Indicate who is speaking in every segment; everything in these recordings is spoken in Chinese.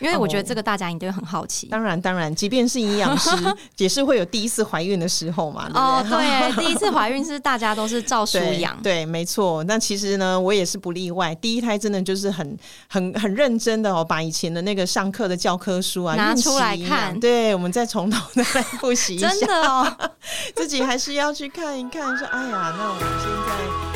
Speaker 1: 因为我觉得这个大家一定会很好奇。
Speaker 2: 哦当然，当然，即便是 营养师，也是会有第一次怀孕的时候嘛。
Speaker 1: 哦，
Speaker 2: 对不对
Speaker 1: 对，第一次怀孕是大家都是照书
Speaker 2: 对
Speaker 1: 养，
Speaker 2: 对，没错。那其实呢，我也是不例外。第一胎真的就是很、很、很认真的哦，把以前的那个上课的教科书啊
Speaker 1: 拿
Speaker 2: 孕期
Speaker 1: 出来
Speaker 2: 营养
Speaker 1: 看
Speaker 2: 对，我们再从头再来复习一下
Speaker 1: 真的哦。
Speaker 2: 自己还是要去看一看。说，哎呀，那我们现在。呃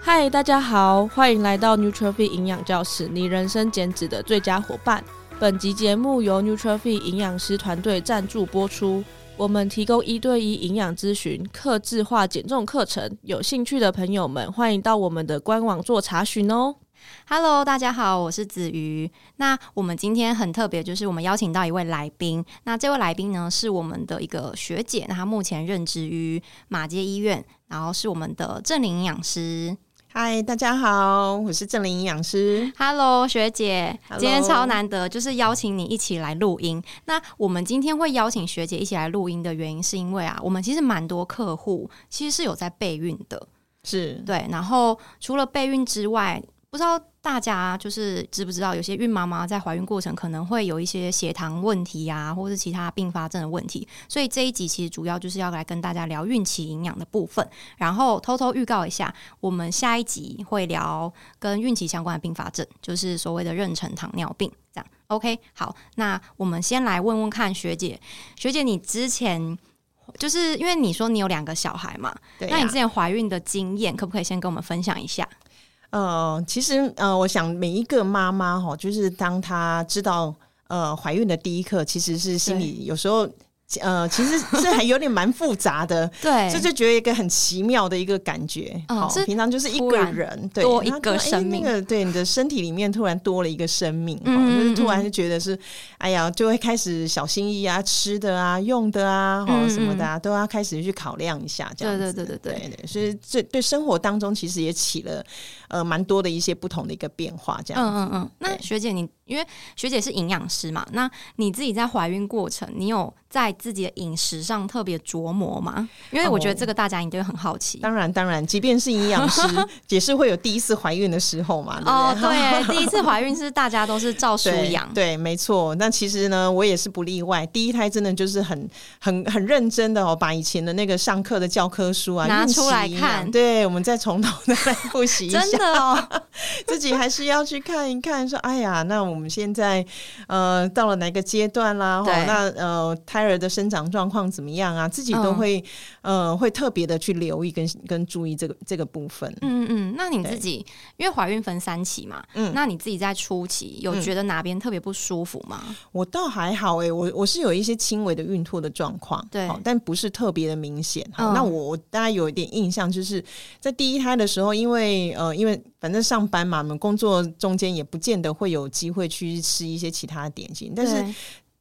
Speaker 3: 嗨，大家好，欢迎来到 Nutrify 营养教室，你人生减脂的最佳伙伴。本集节目由 Nutrify 营养师团队赞助播出。我们提供一对一营养咨询、客制化减重课程，有兴趣的朋友们欢迎到我们的官网做查询哦。
Speaker 1: Hello，大家好，我是子瑜。那我们今天很特别，就是我们邀请到一位来宾。那这位来宾呢，是我们的一个学姐，那她目前任职于马街医院，然后是我们的正林营养师。
Speaker 2: 嗨，大家好，我是郑林营养师。
Speaker 1: Hello，学姐
Speaker 2: Hello
Speaker 1: 今天超难得，就是邀请你一起来录音。那我们今天会邀请学姐一起来录音的原因，是因为啊，我们其实蛮多客户其实是有在备孕的，
Speaker 2: 是
Speaker 1: 对。然后除了备孕之外，不知道大家就是知不知道，有些孕妈妈在怀孕过程可能会有一些血糖问题啊，或是其他并发症的问题。所以这一集其实主要就是要来跟大家聊孕期营养的部分。然后偷偷预告一下，我们下一集会聊跟孕期相关的并发症，就是所谓的妊娠糖尿病这样。OK，好，那我们先来问问看学姐，学姐你之前。就是因为你说你有两个小孩嘛，
Speaker 2: 对、啊
Speaker 1: 那你
Speaker 2: 呀。
Speaker 1: 之前怀孕的经验，可不可以先跟我们分享一下？
Speaker 2: 呃，其实呃，我想每一个妈妈哈，就是当她知道呃怀孕的第一刻，其实是心里有时候呃，其实是还有点蛮复杂的，
Speaker 1: 对
Speaker 2: 这就觉得一个很奇妙的一个感觉。
Speaker 1: 哎嗯
Speaker 2: 好
Speaker 1: 是
Speaker 2: 平常就是一
Speaker 1: 突
Speaker 2: 个
Speaker 1: 然
Speaker 2: 人，对，
Speaker 1: 多一
Speaker 2: 然后
Speaker 1: 个
Speaker 2: 突然哎
Speaker 1: 生命
Speaker 2: 那个对你的身体里面突然多了一个生命，
Speaker 1: 嗯
Speaker 2: 嗯就是
Speaker 1: 嗯
Speaker 2: 突然
Speaker 1: 嗯
Speaker 2: 就觉得是，哎呀，就会开始小心翼翼啊，吃的啊，用的啊，哦
Speaker 1: 嗯
Speaker 2: 什么的啊，都要开始去考量一下，这样
Speaker 1: 对
Speaker 2: 子。
Speaker 1: 对对对
Speaker 2: 对对，所以这对生活当中其实也起了呃蛮多的一些不同的一个变化，这样子。
Speaker 1: 嗯嗯嗯。那
Speaker 2: 对
Speaker 1: 学姐你，因为学姐是营养师嘛，那你自己在怀孕过程，你有在自己的饮食上特别琢磨吗？因为我觉得
Speaker 2: 哦
Speaker 1: 这个大家一定会很好奇。
Speaker 2: 当然，当然，即便是营 养师，也是会有第一次怀孕的时候嘛，
Speaker 1: 哦，
Speaker 2: 对不对？
Speaker 1: 对，第一次怀孕是大家都是照书
Speaker 2: 对
Speaker 1: 养，
Speaker 2: 对，没错。那其实呢，我也是不例外。第一胎真的就是很、很、很认真的哦，把以前的那个上课的教科书啊
Speaker 1: 拿
Speaker 2: 孕期
Speaker 1: 出来
Speaker 2: 营养
Speaker 1: 看
Speaker 2: 对，我们再从头再来复习一下，
Speaker 1: 真的哦，
Speaker 2: 自己还是要去看一看。说，哎呀，那我们现在呃到了哪个阶段啦？
Speaker 1: 对
Speaker 2: 哈，那呃胎儿的生长状况怎么样啊？自己都
Speaker 1: 嗯
Speaker 2: 会、呃会特别的去留意跟跟注意这个这个部分。
Speaker 1: 嗯嗯。那你
Speaker 2: 对
Speaker 1: 自己因为怀孕分三期嘛，
Speaker 2: 嗯
Speaker 1: 那你自己在初期有
Speaker 2: 嗯
Speaker 1: 觉得哪边特别不舒服吗？
Speaker 2: 我倒还好诶、我我是有一些轻微的孕吐的状况，
Speaker 1: 对
Speaker 2: 好但不是特别的明显。
Speaker 1: 嗯
Speaker 2: 好，那我我大概有一点印象，就是在第一胎的时候，因为呃，因为反正上班嘛，我们工作中间也不见得会有机会去吃一些其他的点心，但是
Speaker 1: 对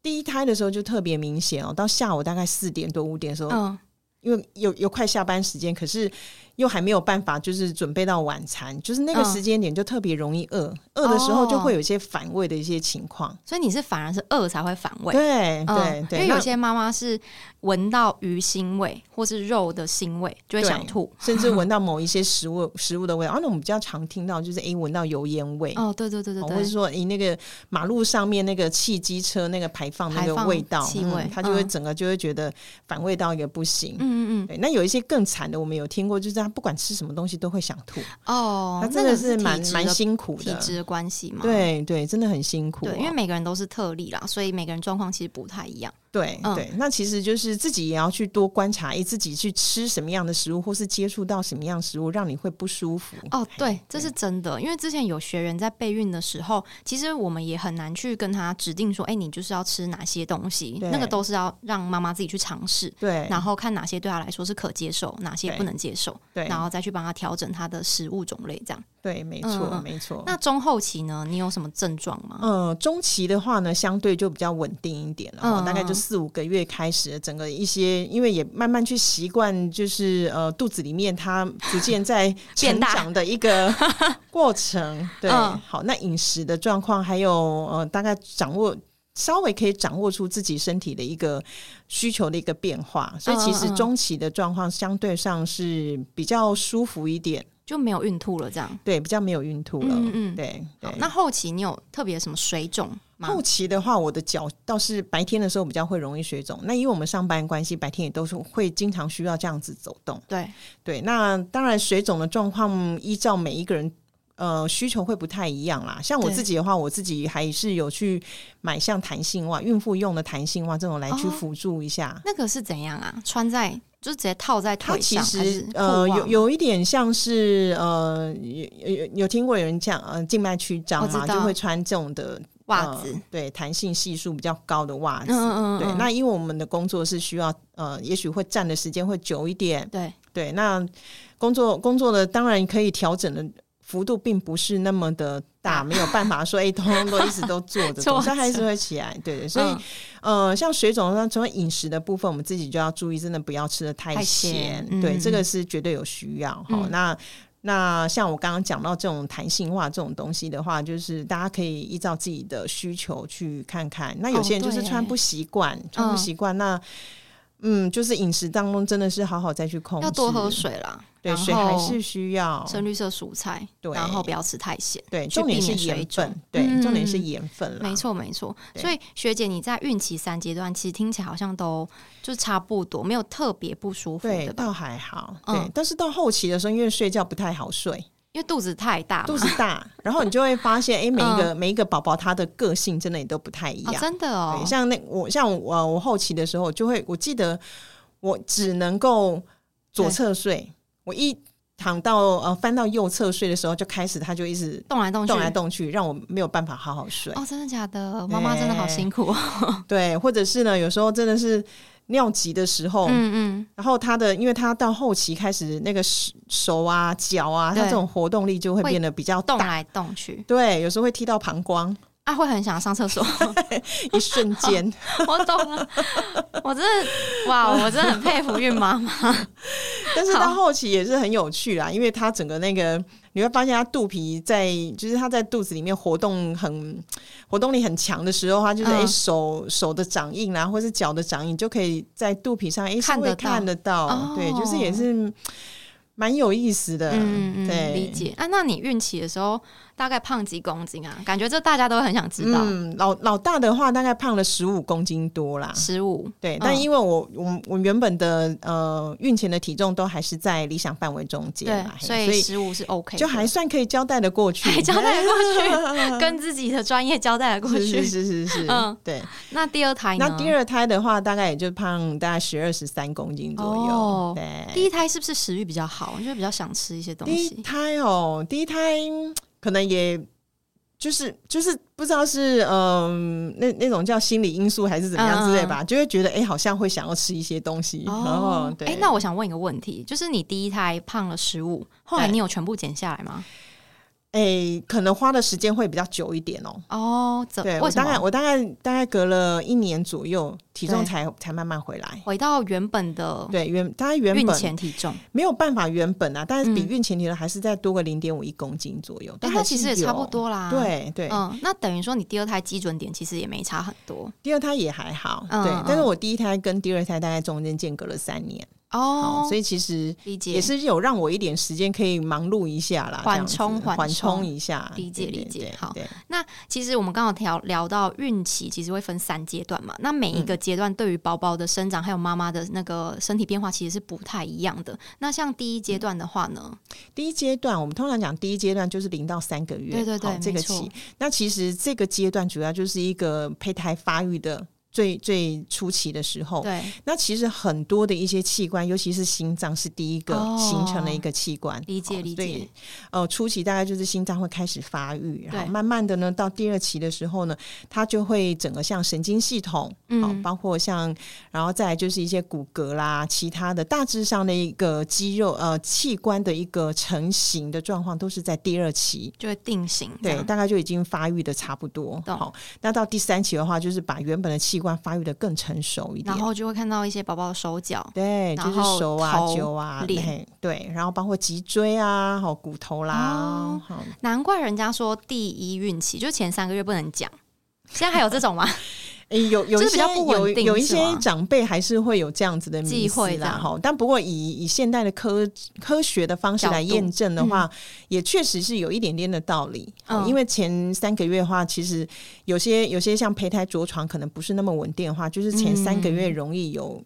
Speaker 2: 第一胎的时候就特别明显哦，到下午大概四点多五点的时候，
Speaker 1: 嗯，
Speaker 2: 因为有有快下班时间，可是又还没有办法，就是准备到晚餐，就是那个
Speaker 1: 嗯
Speaker 2: 时间点就特别容易饿，饿的时候就
Speaker 1: 哦
Speaker 2: 会有一些反胃的一些情况。
Speaker 1: 所以你是反而是饿才会反胃。
Speaker 2: 对对
Speaker 1: 嗯，因
Speaker 2: 对，
Speaker 1: 为
Speaker 2: 那
Speaker 1: 有些妈妈是闻到鱼腥味或是肉的腥味就会想
Speaker 2: 对
Speaker 1: 吐。
Speaker 2: 甚至闻到某一些食物 食物的味道。啊，那我们比较常听到就是，诶，闻到油烟味。
Speaker 1: 哦，对对对对
Speaker 2: 哦
Speaker 1: 对，
Speaker 2: 或者说，诶，那个马路上面那个汽机车那个排放那
Speaker 1: 排
Speaker 2: 个
Speaker 1: 放
Speaker 2: 味道，
Speaker 1: 气味
Speaker 2: 嗯，它就会
Speaker 1: 嗯
Speaker 2: 整个就会觉得反胃到一个不行。
Speaker 1: 嗯嗯嗯，
Speaker 2: 对，那有一些更惨的，我们有听过，就是他不管吃什么东西都会想吐，
Speaker 1: 哦，
Speaker 2: 他真
Speaker 1: 那
Speaker 2: 的
Speaker 1: 个
Speaker 2: 是
Speaker 1: 体
Speaker 2: 蛮
Speaker 1: 质
Speaker 2: 蛮
Speaker 1: 的
Speaker 2: 辛苦
Speaker 1: 体
Speaker 2: 的。
Speaker 1: 质的关系嘛。
Speaker 2: 对对，真的很辛苦哦、
Speaker 1: 对，因为每个人都是特例啦，所以每个人状况其实不太一样。
Speaker 2: 对
Speaker 1: 嗯
Speaker 2: 对，那其实就是自己也要去多观察，诶，自己去吃什么样的食物，或是接触到什么样的食物，让你会不舒服。
Speaker 1: 哦，对，这是真的，因为之前有学员在备孕的时候，其实我们也很难去跟他指定说，哎，你就是要吃哪些东西，
Speaker 2: 对
Speaker 1: 那个都是要让妈妈自己去尝试，
Speaker 2: 对，
Speaker 1: 然后看哪些对她来说是可接受，哪些
Speaker 2: 对
Speaker 1: 不能接受，
Speaker 2: 对，
Speaker 1: 然后再去帮她调整她的食物种类这样。
Speaker 2: 对，没
Speaker 1: 嗯
Speaker 2: 错，
Speaker 1: 嗯
Speaker 2: 没错。
Speaker 1: 那中后期呢？你有什么症状吗？
Speaker 2: 呃，中期的话呢，相对就比较稳定一点了哦，
Speaker 1: 嗯
Speaker 2: 大概
Speaker 1: 嗯
Speaker 2: 就四五个月开始，整个一些因为也慢慢去习惯，就是呃肚子里面它逐渐在成
Speaker 1: 变大
Speaker 2: 长的 一个过程。对，
Speaker 1: 嗯
Speaker 2: 好，那饮食的状况还有呃，大概掌握。稍微可以掌握出自己身体的一个需求的一个变化，所以其实
Speaker 1: 嗯嗯嗯
Speaker 2: 中期的状况相对上是比较舒服一点。
Speaker 1: 就没有孕吐了，这样。
Speaker 2: 对，比较没有孕吐了。
Speaker 1: 嗯嗯嗯
Speaker 2: 对对
Speaker 1: 好，那后期你有特别什么水肿吗？
Speaker 2: 后期的话，我的脚倒是白天的时候比较会容易水肿。那因为我们上班关系，白天也都是会经常需要这样子走动。
Speaker 1: 对，
Speaker 2: 对，那当然水肿的状况依照每一个人。呃，需求会不太一样啦。像我
Speaker 1: 对
Speaker 2: 自己的话，我自己还是有去买像弹性袜，孕妇用的弹性袜这种来去
Speaker 1: 哦
Speaker 2: 辅助一下。
Speaker 1: 那个是怎样啊？穿在就是直接套在
Speaker 2: 它
Speaker 1: 腿
Speaker 2: 其
Speaker 1: 上，还是啊
Speaker 2: 实
Speaker 1: 裤
Speaker 2: 呃
Speaker 1: 袜
Speaker 2: 有
Speaker 1: 吗
Speaker 2: 有一点像是呃有有有听过有人讲呃静脉曲张
Speaker 1: 我知
Speaker 2: 嘛，
Speaker 1: 道
Speaker 2: 就会穿这种的
Speaker 1: 袜子？
Speaker 2: 呃对弹性系数比较高的袜子。
Speaker 1: 嗯嗯嗯，
Speaker 2: 对，
Speaker 1: 嗯
Speaker 2: 那因为我们的工作是需要呃，也许会站的时间会久一点。
Speaker 1: 对
Speaker 2: 对，那工作工作的当然可以调整的幅度并不是那么的大，没有办法说哎、 通通都一直都坐着，
Speaker 1: 坐
Speaker 2: 总
Speaker 1: 着
Speaker 2: 是还是会起来。对对，所以、
Speaker 1: 嗯
Speaker 2: 呃，像水肿呢，除了饮食的部分，我们自己就要注意，真的不要吃的太
Speaker 1: 太
Speaker 2: 咸。
Speaker 1: 咸
Speaker 2: 对，
Speaker 1: 嗯
Speaker 2: 这个是绝对有需要。好、
Speaker 1: 嗯
Speaker 2: 那。那像我刚刚讲到这种弹性化这种东西的话，就是大家可以依照自己的需求去看看。那有些人
Speaker 1: 哦
Speaker 2: 就
Speaker 1: 对
Speaker 2: 是穿
Speaker 1: 耶
Speaker 2: 不习惯，穿不
Speaker 1: 嗯
Speaker 2: 习惯，那嗯，就是饮食当中真的是好好再去控制，
Speaker 1: 要多喝，水啦，
Speaker 2: 对，
Speaker 1: 然
Speaker 2: 水还
Speaker 1: 后
Speaker 2: 是需要。
Speaker 1: 深绿色蔬菜，
Speaker 2: 对
Speaker 1: 然后不要吃太咸。
Speaker 2: 对，
Speaker 1: 去
Speaker 2: 重点
Speaker 1: 避
Speaker 2: 是
Speaker 1: 免水
Speaker 2: 盐
Speaker 1: 肿
Speaker 2: 分，对，重点是
Speaker 1: 嗯
Speaker 2: 盐分啦
Speaker 1: 没。错，没错。
Speaker 2: 对
Speaker 1: 所以学姐，你在孕期三阶段，其实听起来好像都就差不多，没有特别不舒服
Speaker 2: 对，
Speaker 1: 的吧？
Speaker 2: 倒还好，对
Speaker 1: 嗯，
Speaker 2: 但是到后期的时候，因为睡觉不太好睡，
Speaker 1: 因为肚子太大嘛
Speaker 2: 肚，子大，然后你就会发现，哎，每一个每一个宝宝他的个性真的也都不太一
Speaker 1: 嗯哦，
Speaker 2: 样。
Speaker 1: 真的哦
Speaker 2: 对，，像那我像我呃我后期的时候，就会我记得我只能够左侧睡，我一躺到呃翻到右侧睡的时候，就开始他就一直
Speaker 1: 动来动去，
Speaker 2: 动来动去，让我没有办法好好睡。
Speaker 1: 哦，真的假的？妈妈真的好辛苦。
Speaker 2: 对，或者是呢，有时候真的是尿急的时候，
Speaker 1: 嗯嗯，
Speaker 2: 然后他的因为他到后期开始那个手手啊脚啊，他
Speaker 1: 对
Speaker 2: 这种活动力就会
Speaker 1: 会
Speaker 2: 变得比较
Speaker 1: 动啊
Speaker 2: 大。
Speaker 1: 来动去
Speaker 2: 对，有时候会踢到膀胱，
Speaker 1: 啊，会很想上厕所。
Speaker 2: 一瞬间。
Speaker 1: 我懂了，我真的哇，我真的很佩服孕妈妈。
Speaker 2: 但是到
Speaker 1: 好
Speaker 2: 后期也是很有趣啦，因为他整个那个你会发现他肚皮在，就是他在肚子里面活动很活动力很强的时候，他就是哎、
Speaker 1: 嗯
Speaker 2: 诶手手的掌印啦，或是脚的掌印，就可以在肚皮上哎、诶稍
Speaker 1: 看
Speaker 2: 微
Speaker 1: 得到
Speaker 2: 看得到，
Speaker 1: 哦
Speaker 2: 对，就是也是蛮有意思的，
Speaker 1: 嗯嗯
Speaker 2: 对，
Speaker 1: 嗯，理。解。啊，那你孕期的时候大概胖几公斤啊？感觉这大家都很想知道，
Speaker 2: 嗯，老老大的话大概胖了十五公斤多啦，
Speaker 1: 十五
Speaker 2: 对
Speaker 1: 嗯。
Speaker 2: 但因为我我我原本的呃孕前的体重都还是在理想范围中间
Speaker 1: 对
Speaker 2: 啦，，嘿
Speaker 1: 所以十五是 OK，的
Speaker 2: 就 还算可以交代的过去，
Speaker 1: 还交代得 过去，跟自己的专业交代了过
Speaker 2: 是
Speaker 1: 去。
Speaker 2: 是是是是，
Speaker 1: 嗯
Speaker 2: 对。
Speaker 1: 那第二胎呢？
Speaker 2: 那第二胎的话，大概也就胖大概十二十三公斤左右，
Speaker 1: 哦第
Speaker 2: 对。
Speaker 1: 一胎是不是食欲比较好？就比较想吃一些东
Speaker 2: 第
Speaker 1: 西
Speaker 2: 一。胎哦，第一胎嗯可能也。就是就是不知道是嗯、那那种叫心理因素还是怎么样之类
Speaker 1: 嗯
Speaker 2: 吧，就会觉得哎、好像会想要吃一些东西，然后对。
Speaker 1: 哎、那我想问一个问题，就是你第一胎胖了十五，后来
Speaker 2: 对
Speaker 1: 你有全部减下来吗？
Speaker 2: 哎、可能花的时间会比较久一点哦。
Speaker 1: 哦，怎
Speaker 2: 对
Speaker 1: 为
Speaker 2: 我
Speaker 1: 什
Speaker 2: 大概
Speaker 1: 么？
Speaker 2: 我大概大概隔了一年左右，体重
Speaker 1: 对
Speaker 2: 才才慢慢回来。
Speaker 1: 回到原本的
Speaker 2: 对，原大概原
Speaker 1: 孕
Speaker 2: 本
Speaker 1: 前体重，
Speaker 2: 没有办法原本啊，但是比
Speaker 1: 嗯
Speaker 2: 孕前体重还是再多个零点五一公斤左右，
Speaker 1: 哎、
Speaker 2: 但还
Speaker 1: 那
Speaker 2: 是
Speaker 1: 其实也差不
Speaker 2: 有。
Speaker 1: 多啦。，
Speaker 2: 对对，
Speaker 1: 嗯，那等于说你第二胎基准点其实也没差很多
Speaker 2: 第二胎也还好，
Speaker 1: 嗯
Speaker 2: 对
Speaker 1: 嗯，
Speaker 2: 但是我第一胎跟第二胎大概中间间隔了三年，
Speaker 1: 哦
Speaker 2: 哦，，所以其实
Speaker 1: 理解
Speaker 2: 也是有让我一点时间可以忙碌一下啦，这样
Speaker 1: 缓
Speaker 2: 子
Speaker 1: 冲缓
Speaker 2: 缓
Speaker 1: 冲
Speaker 2: 冲一下，
Speaker 1: 理解
Speaker 2: 对
Speaker 1: 理
Speaker 2: 对
Speaker 1: 解
Speaker 2: 对
Speaker 1: 好
Speaker 2: 对
Speaker 1: 那其实我们刚好聊聊到孕期，其实会分三阶段嘛。那每一个
Speaker 2: 嗯
Speaker 1: 阶段对于宝宝的生长还有妈妈的那个身体变化，其实是不太一样的。那像第一
Speaker 2: 嗯
Speaker 1: 阶段的话呢，
Speaker 2: 第一阶段，我们通常讲第一阶段就是零到三个月，
Speaker 1: 对对对
Speaker 2: 好这个
Speaker 1: 没错
Speaker 2: 期。那其实这个阶段主要就是一个胚胎发育的最最初期的时候。
Speaker 1: 对，
Speaker 2: 那其实很多的一些器官，尤其是心脏是第一个
Speaker 1: 哦
Speaker 2: 形成了一个器官，
Speaker 1: 理解
Speaker 2: 好
Speaker 1: 理
Speaker 2: 所
Speaker 1: 解
Speaker 2: 以呃，初期大概就是心脏会开始发育，然后
Speaker 1: 对
Speaker 2: 慢慢的呢，到第二期的时候呢，它就会整个像神经系统，好
Speaker 1: 嗯，
Speaker 2: 包括像，然后再来就是一些骨骼啦，其他的大致上的一个肌肉呃器官的一个成型的状况，都是在第二期。
Speaker 1: 就会定型这
Speaker 2: 对，
Speaker 1: 样。
Speaker 2: 大概就已经发育的差不多。
Speaker 1: 懂
Speaker 2: 好，那到第三期的话，就是把原本的器官发育的更成熟一点
Speaker 1: 然。后就会看到一些宝宝的手脚，
Speaker 2: 对，就
Speaker 1: 然后
Speaker 2: 是手啊、
Speaker 1: 头
Speaker 2: 脚啊，
Speaker 1: 脸
Speaker 2: 嘿对，然后包括脊椎啊、好骨头啦
Speaker 1: 哦，
Speaker 2: 好、
Speaker 1: 难怪人家说第一孕期就前三个月不能讲。现在还有这种吗？
Speaker 2: 诶有有
Speaker 1: 就
Speaker 2: 一
Speaker 1: 是比
Speaker 2: 些
Speaker 1: 较不稳
Speaker 2: 有
Speaker 1: 定
Speaker 2: 有一
Speaker 1: 是
Speaker 2: 些
Speaker 1: 吗
Speaker 2: 长辈还是会有这样子的迷
Speaker 1: 忌
Speaker 2: 思
Speaker 1: 讳这
Speaker 2: 啦，
Speaker 1: 样
Speaker 2: 哈。但不过以以现代的科科学的方式
Speaker 1: 角
Speaker 2: 来
Speaker 1: 度
Speaker 2: 验证的话，也确实是有一点点的道理。哦
Speaker 1: 嗯
Speaker 2: 因为前三个月的话，其实有些有些像胚胎着床可能不是那么稳定的话，就是前三个月
Speaker 1: 嗯
Speaker 2: 容易有，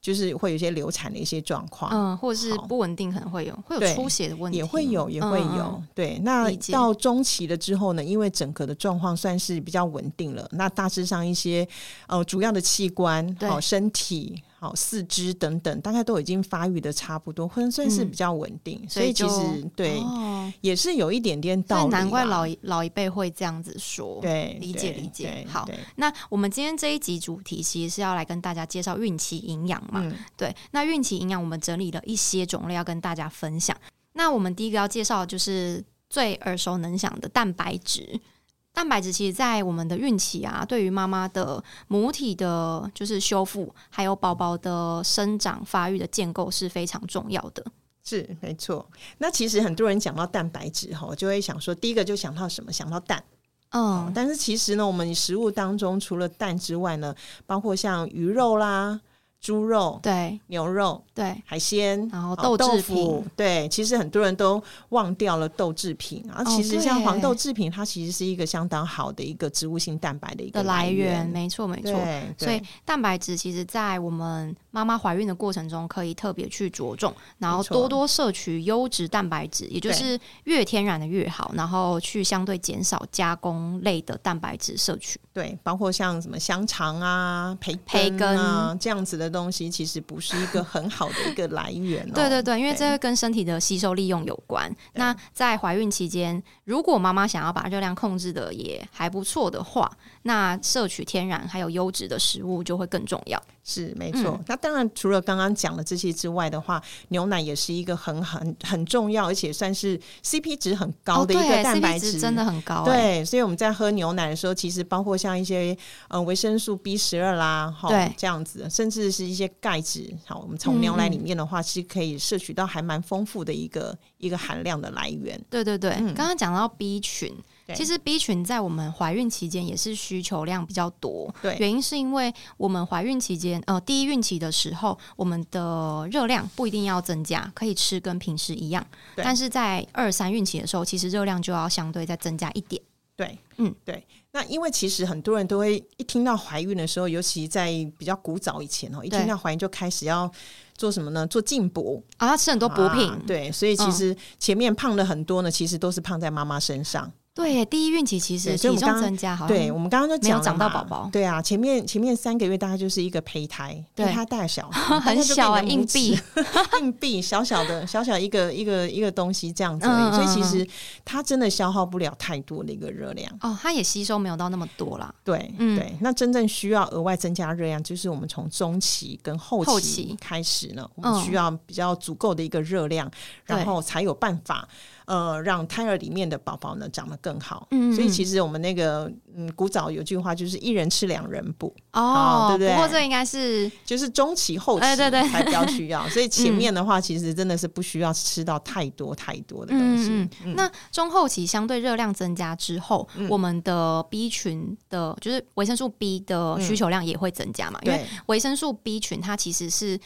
Speaker 2: 就是会有一些流产的一些状况。
Speaker 1: 嗯，或者是
Speaker 2: 好
Speaker 1: 不稳定，可能会有会有
Speaker 2: 对
Speaker 1: 出血的问题，
Speaker 2: 也会有，也
Speaker 1: 嗯
Speaker 2: 会有。
Speaker 1: 嗯
Speaker 2: 对，那
Speaker 1: 理解
Speaker 2: 到中期了之后呢，因为整个的状况算是比较稳定了，那大致上一些呃主要的器官、
Speaker 1: 对
Speaker 2: 好、身体、好、四肢等等，大概都已经发育的差不多，或者算是
Speaker 1: 嗯
Speaker 2: 比较稳定。
Speaker 1: 所
Speaker 2: 所
Speaker 1: 以
Speaker 2: 以其
Speaker 1: 就
Speaker 2: 实对、
Speaker 1: 哦
Speaker 2: 也是有一点点道
Speaker 1: 所以
Speaker 2: 理啦。啊
Speaker 1: 难怪老一老一辈会这样子说。
Speaker 2: 对
Speaker 1: 理解
Speaker 2: 对
Speaker 1: 理解
Speaker 2: 对
Speaker 1: 好
Speaker 2: 对
Speaker 1: 那我们今天这一集主题其实是要来跟大家介绍孕期营养嘛？
Speaker 2: 嗯，
Speaker 1: 对，那孕期营养我们整理了一些种类要跟大家分享。那我们第一个要介绍的就是最耳熟能详的蛋白质。蛋白质其实，在我们的孕期啊，对于妈妈的母体的，就是修复，还有宝宝的生长发育的建构是非常重要的。
Speaker 2: 是没错。那其实很多人讲到蛋白质哈，就会想说，第一个就想到什么？想到蛋。
Speaker 1: 嗯，
Speaker 2: 但是其实呢，我们食物当中除了蛋之外呢，包括像鱼肉啦、猪肉、
Speaker 1: 对
Speaker 2: 牛肉、
Speaker 1: 对，
Speaker 2: 海鲜。
Speaker 1: 然后豆
Speaker 2: 好
Speaker 1: 制
Speaker 2: 腐
Speaker 1: 品，
Speaker 2: 对，其实很多人都忘掉了豆制品啊。其实
Speaker 1: 哦对
Speaker 2: 像黄豆
Speaker 1: 耶
Speaker 2: 制品，它其实是一个相当好的一个植物性蛋白的一个
Speaker 1: 的来源，
Speaker 2: 源，
Speaker 1: 没错没错。
Speaker 2: 对，
Speaker 1: 所以
Speaker 2: 对
Speaker 1: 蛋白质其实，在我们妈妈怀孕的过程中，可以特别去着重，然后
Speaker 2: 没错
Speaker 1: 多多摄取优质蛋白质，也就是越天然的越好，然后去相对减少加工类的蛋白质摄取。
Speaker 2: 对，包括像什么香肠 啊、培
Speaker 1: 培
Speaker 2: 根啊这样子的东西，其实不是一个很好的一个来源、哦。
Speaker 1: 对对对，因为这
Speaker 2: 对
Speaker 1: 会跟身体的吸收利用有关。那在怀孕期间，如果妈妈想要把热量控制的也还不错的话，那摄取天然还有优质的食物就会更重要。
Speaker 2: 是没
Speaker 1: 嗯
Speaker 2: 错。那当然，除了刚刚讲的这些之外的话，牛奶也是一个很很很重要，而且算是 CP 值很高
Speaker 1: 哦
Speaker 2: 的一个
Speaker 1: 对
Speaker 2: 蛋白
Speaker 1: CP
Speaker 2: 质，
Speaker 1: 值真的。很高、欸。
Speaker 2: 对，所以我们在喝牛奶的时候，其实包括像一些呃维生素 B 十二啦，哈
Speaker 1: 对，嗯
Speaker 2: 这样子，甚至是一些钙质，好，我们从牛奶里面的话，是可以摄取到还蛮丰富的一个一个含量的来源。
Speaker 1: 对对对，
Speaker 2: 嗯
Speaker 1: 刚刚讲到 B 群，
Speaker 2: 对
Speaker 1: 其实 B 群在我们怀孕期间也是需求量比较多，
Speaker 2: 对
Speaker 1: 原因是因为我们怀孕期间，呃，第一孕期的时候，我们的热量不一定要增加，可以吃跟平时一样，
Speaker 2: 对
Speaker 1: 但是在二三孕期的时候，其实热量就要相对再增加一点。
Speaker 2: 对，
Speaker 1: 嗯，
Speaker 2: 对。那因为其实很多人都会一听到怀孕的时候，尤其在比较古早以前哦，一听到怀孕就开始要做什么呢？做进补，
Speaker 1: 啊，要吃很多补品，嗯
Speaker 2: 啊对，所以其实前面胖了很多呢，其实都是胖在妈妈身上。
Speaker 1: 对耶第一孕期其实
Speaker 2: 对所以
Speaker 1: 体
Speaker 2: 我们刚
Speaker 1: 重
Speaker 2: 刚
Speaker 1: 增加好像
Speaker 2: 对，我们刚刚就
Speaker 1: 哦没有
Speaker 2: 讲
Speaker 1: 长
Speaker 2: 了
Speaker 1: 到
Speaker 2: 嘛
Speaker 1: 宝宝
Speaker 2: 对啊，前面前面三个月大概就是一个胚胎，
Speaker 1: 对
Speaker 2: 胚胎大小大概
Speaker 1: 很
Speaker 2: 就
Speaker 1: 小啊、
Speaker 2: 跟你的
Speaker 1: 硬
Speaker 2: 拇指
Speaker 1: 币，
Speaker 2: 硬币小小的小小一个一个一个东西这样子
Speaker 1: 嗯嗯
Speaker 2: 而
Speaker 1: 嗯
Speaker 2: 已，所以其实它真的消耗不了太多的一个热量。
Speaker 1: 哦，它也吸收没有到那么多啦。
Speaker 2: 对，
Speaker 1: 嗯
Speaker 2: 对，那真正需要额外增加热量，就是我们从中期跟后
Speaker 1: 后期嗯
Speaker 2: 期开始呢，我们需要比较足够的一个热量，
Speaker 1: 对
Speaker 2: 然后才有办法呃让胎儿里面的宝宝呢长得更好。
Speaker 1: 嗯
Speaker 2: 所以
Speaker 1: 嗯
Speaker 2: 其实我们那个嗯古早有句话就是一人吃两人补，
Speaker 1: 哦，
Speaker 2: 对不对
Speaker 1: 不过这应该是
Speaker 2: 就是中期后期
Speaker 1: 哎对对嗯
Speaker 2: 才比较需 要，所以前面的话其实真的是不需要吃到太多太多的东西。
Speaker 1: 嗯那中后期相对热量增加之后，
Speaker 2: 嗯
Speaker 1: 我们的 B 群的，就是维生素 B 的需求量也会增加嘛？因为
Speaker 2: 对
Speaker 1: 维生素 B 群它其实是。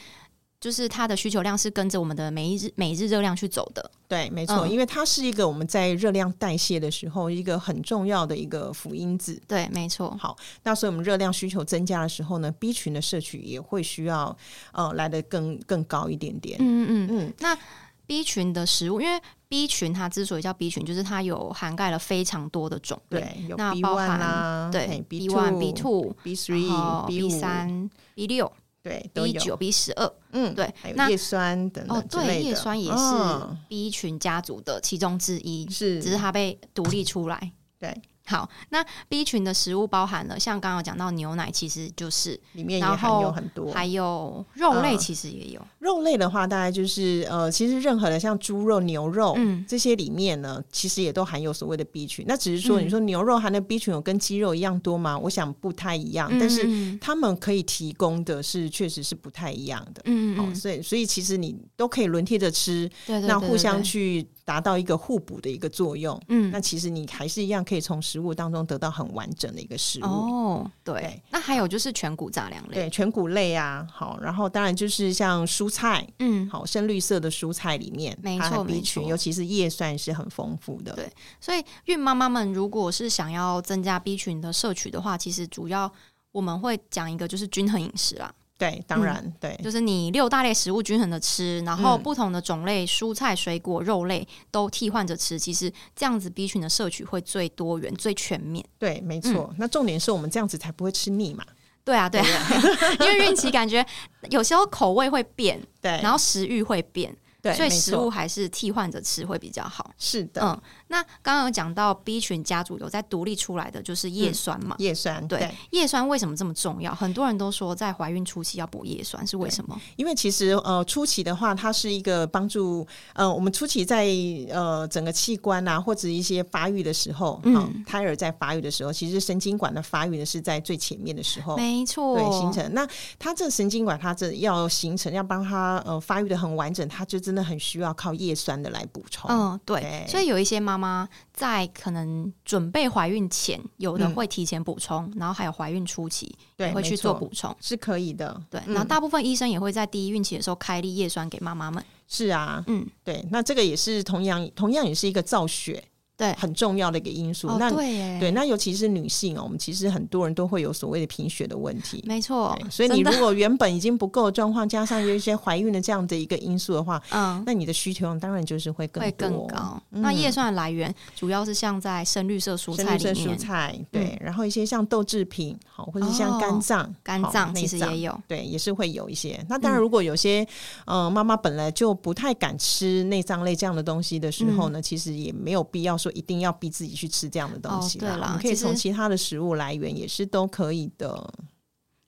Speaker 1: 就是它的需求量是跟着我们的每一日每日热量去走的，
Speaker 2: 对，没错，
Speaker 1: 嗯
Speaker 2: 因为它是一个我们在热量代谢的时候一个很重要的一个辅因子。
Speaker 1: 对，没错，
Speaker 2: 好，那所以我们热量需求增加的时候呢，B 群的摄取也会需要呃来的更更高一点点。
Speaker 1: 嗯嗯嗯。
Speaker 2: 嗯，
Speaker 1: B 群的食物，因为 B 群它之所以叫 B 群，就是它有涵盖了非常多的种类，
Speaker 2: 对，有
Speaker 1: 那
Speaker 2: B
Speaker 1: 包
Speaker 2: one
Speaker 1: 含
Speaker 2: 啦，
Speaker 1: 对
Speaker 2: ，B
Speaker 1: one、B two、
Speaker 2: B
Speaker 1: 然后
Speaker 2: three、
Speaker 1: B 三、B 六、
Speaker 2: 对都
Speaker 1: B
Speaker 2: 有，
Speaker 1: 九、B 十二，
Speaker 2: 嗯，
Speaker 1: 对
Speaker 2: 还，
Speaker 1: 那
Speaker 2: 有叶酸等
Speaker 1: 哦
Speaker 2: 等，之
Speaker 1: 对，
Speaker 2: 类的。
Speaker 1: 叶酸也是
Speaker 2: 嗯
Speaker 1: B 群家族的其中之一，
Speaker 2: 是
Speaker 1: 只是它被独立出来。
Speaker 2: 对，
Speaker 1: 好，那 B 群的食物包含了像刚刚有讲到牛奶，其实就是，
Speaker 2: 里面也
Speaker 1: 然
Speaker 2: 含有
Speaker 1: 后
Speaker 2: 很多。
Speaker 1: 还有肉类
Speaker 2: 嗯
Speaker 1: 其实也有，
Speaker 2: 肉类的话，大概就是呃，其实任何的像猪肉、牛肉。
Speaker 1: 嗯，
Speaker 2: 这些里面呢，其实也都含有所谓的 B 群。那只是说，
Speaker 1: 嗯
Speaker 2: 你说牛肉含的 B 群有跟鸡肉一样多吗？我想不太一样，啊但是
Speaker 1: 嗯
Speaker 2: 他们可以提供的是确实是不太一样的。哦
Speaker 1: 嗯嗯
Speaker 2: 好、
Speaker 1: 嗯，
Speaker 2: 所以所以其实你都可以轮替着吃，
Speaker 1: 对对，
Speaker 2: 哦那
Speaker 1: 对
Speaker 2: 互相。
Speaker 1: 对对
Speaker 2: 去达到一个互补的一个作用。
Speaker 1: 嗯
Speaker 2: 那，其实你还是一样可以从食物当中得到很完整的一个食物。
Speaker 1: 哦，对
Speaker 2: 对，
Speaker 1: 那还有就是全谷杂粮类，
Speaker 2: 对，全谷类啊，好，然后当然就是像蔬菜，
Speaker 1: 嗯，
Speaker 2: 好，深绿色的蔬菜里面，
Speaker 1: 没
Speaker 2: 它的
Speaker 1: 错没
Speaker 2: B 群，
Speaker 1: 错
Speaker 2: 尤其是叶酸是很丰富的。
Speaker 1: 对所以孕妈妈们如果是想要增加 B 群的摄取的话，其实主要我们会讲一个就是均衡饮食啦，
Speaker 2: 对，当
Speaker 1: 嗯
Speaker 2: 然、对，
Speaker 1: 就是你六大类食物均衡的吃，然后
Speaker 2: 哎嗯
Speaker 1: 不同的种类蔬菜、水果、肉类都替换着吃，其实这样子 B 群的摄取会最多元、最全面。
Speaker 2: 对，没错。
Speaker 1: 嗯
Speaker 2: 那重点是我们这样子才不会吃腻嘛。
Speaker 1: 对啊，对啊， 因为孕期感觉有时候口味会变，
Speaker 2: 对，
Speaker 1: 然后食欲会变，
Speaker 2: 对，
Speaker 1: 所以
Speaker 2: 没
Speaker 1: 食
Speaker 2: 错
Speaker 1: 物还是替换着吃会比较好。
Speaker 2: 是的，
Speaker 1: 嗯，那刚刚有讲到 B 群家族有在独立出来的就是叶酸嘛，
Speaker 2: 叶酸
Speaker 1: 对叶酸为什么这么重要？很多人都说在怀孕初期要补叶酸，是为什么？
Speaker 2: 因为其实呃初期的话，它是一个帮助呃我们初期在呃整个器官啊或者一些发育的时候，
Speaker 1: 嗯
Speaker 2: 啊胎儿在发育的时候，其实神经管的发育的是在最前面的时候。
Speaker 1: 没错，
Speaker 2: 哦对，形成那它这神经管，它这要形成，要帮它呃发育的很完整，它就真的很需要靠叶酸的来补充。
Speaker 1: 嗯，对
Speaker 2: 哦对，
Speaker 1: 所以有一些妈妈在可能准备怀孕前，有的
Speaker 2: 嗯
Speaker 1: 会提前补充，然后还有怀孕初期
Speaker 2: 对，
Speaker 1: 也会
Speaker 2: 没
Speaker 1: 去做
Speaker 2: 错
Speaker 1: 补充。
Speaker 2: 是可以的。
Speaker 1: 对，
Speaker 2: 嗯
Speaker 1: 然后大部分医生也会在第一孕期的时候开立叶酸给妈妈们。
Speaker 2: 是啊，
Speaker 1: 嗯，
Speaker 2: 对，那这个也是同样，同样也是一个造血
Speaker 1: 对，
Speaker 2: 很重要的一个因素。
Speaker 1: 哦，
Speaker 2: 那
Speaker 1: 对耶，
Speaker 2: 对，那尤其是女性哦，我们其实很多人都会有所谓的贫血的问题。
Speaker 1: 没错
Speaker 2: 对，所以你
Speaker 1: 嗯真的
Speaker 2: 如果原本已经不够的状况，加上有一些怀孕的这样的一个因素的话，
Speaker 1: 嗯。
Speaker 2: 那你的需求量当然就是会更
Speaker 1: 会更
Speaker 2: 多
Speaker 1: 高。
Speaker 2: 嗯
Speaker 1: 那叶酸的来源主要是像在深绿色蔬
Speaker 2: 深
Speaker 1: 菜
Speaker 2: 绿色
Speaker 1: 里
Speaker 2: 蔬
Speaker 1: 面，嗯
Speaker 2: 菜，对，然后一些像豆制品，好，或者是像
Speaker 1: 哦
Speaker 2: 肝脏、
Speaker 1: 肝
Speaker 2: 好
Speaker 1: 脏
Speaker 2: 内
Speaker 1: 其实
Speaker 2: 脏
Speaker 1: 也有。
Speaker 2: 对，也是会有一些。那当
Speaker 1: 嗯
Speaker 2: 然，如果有些
Speaker 1: 哦
Speaker 2: 呃妈妈本来就不太敢吃内脏类这样的东西的时候
Speaker 1: 嗯
Speaker 2: 呢，其实也没有必要说一定要逼自己去吃这样的东西
Speaker 1: 哦对啦
Speaker 2: 我们可以
Speaker 1: 其实
Speaker 2: 从其他的食物来源也是都可以的。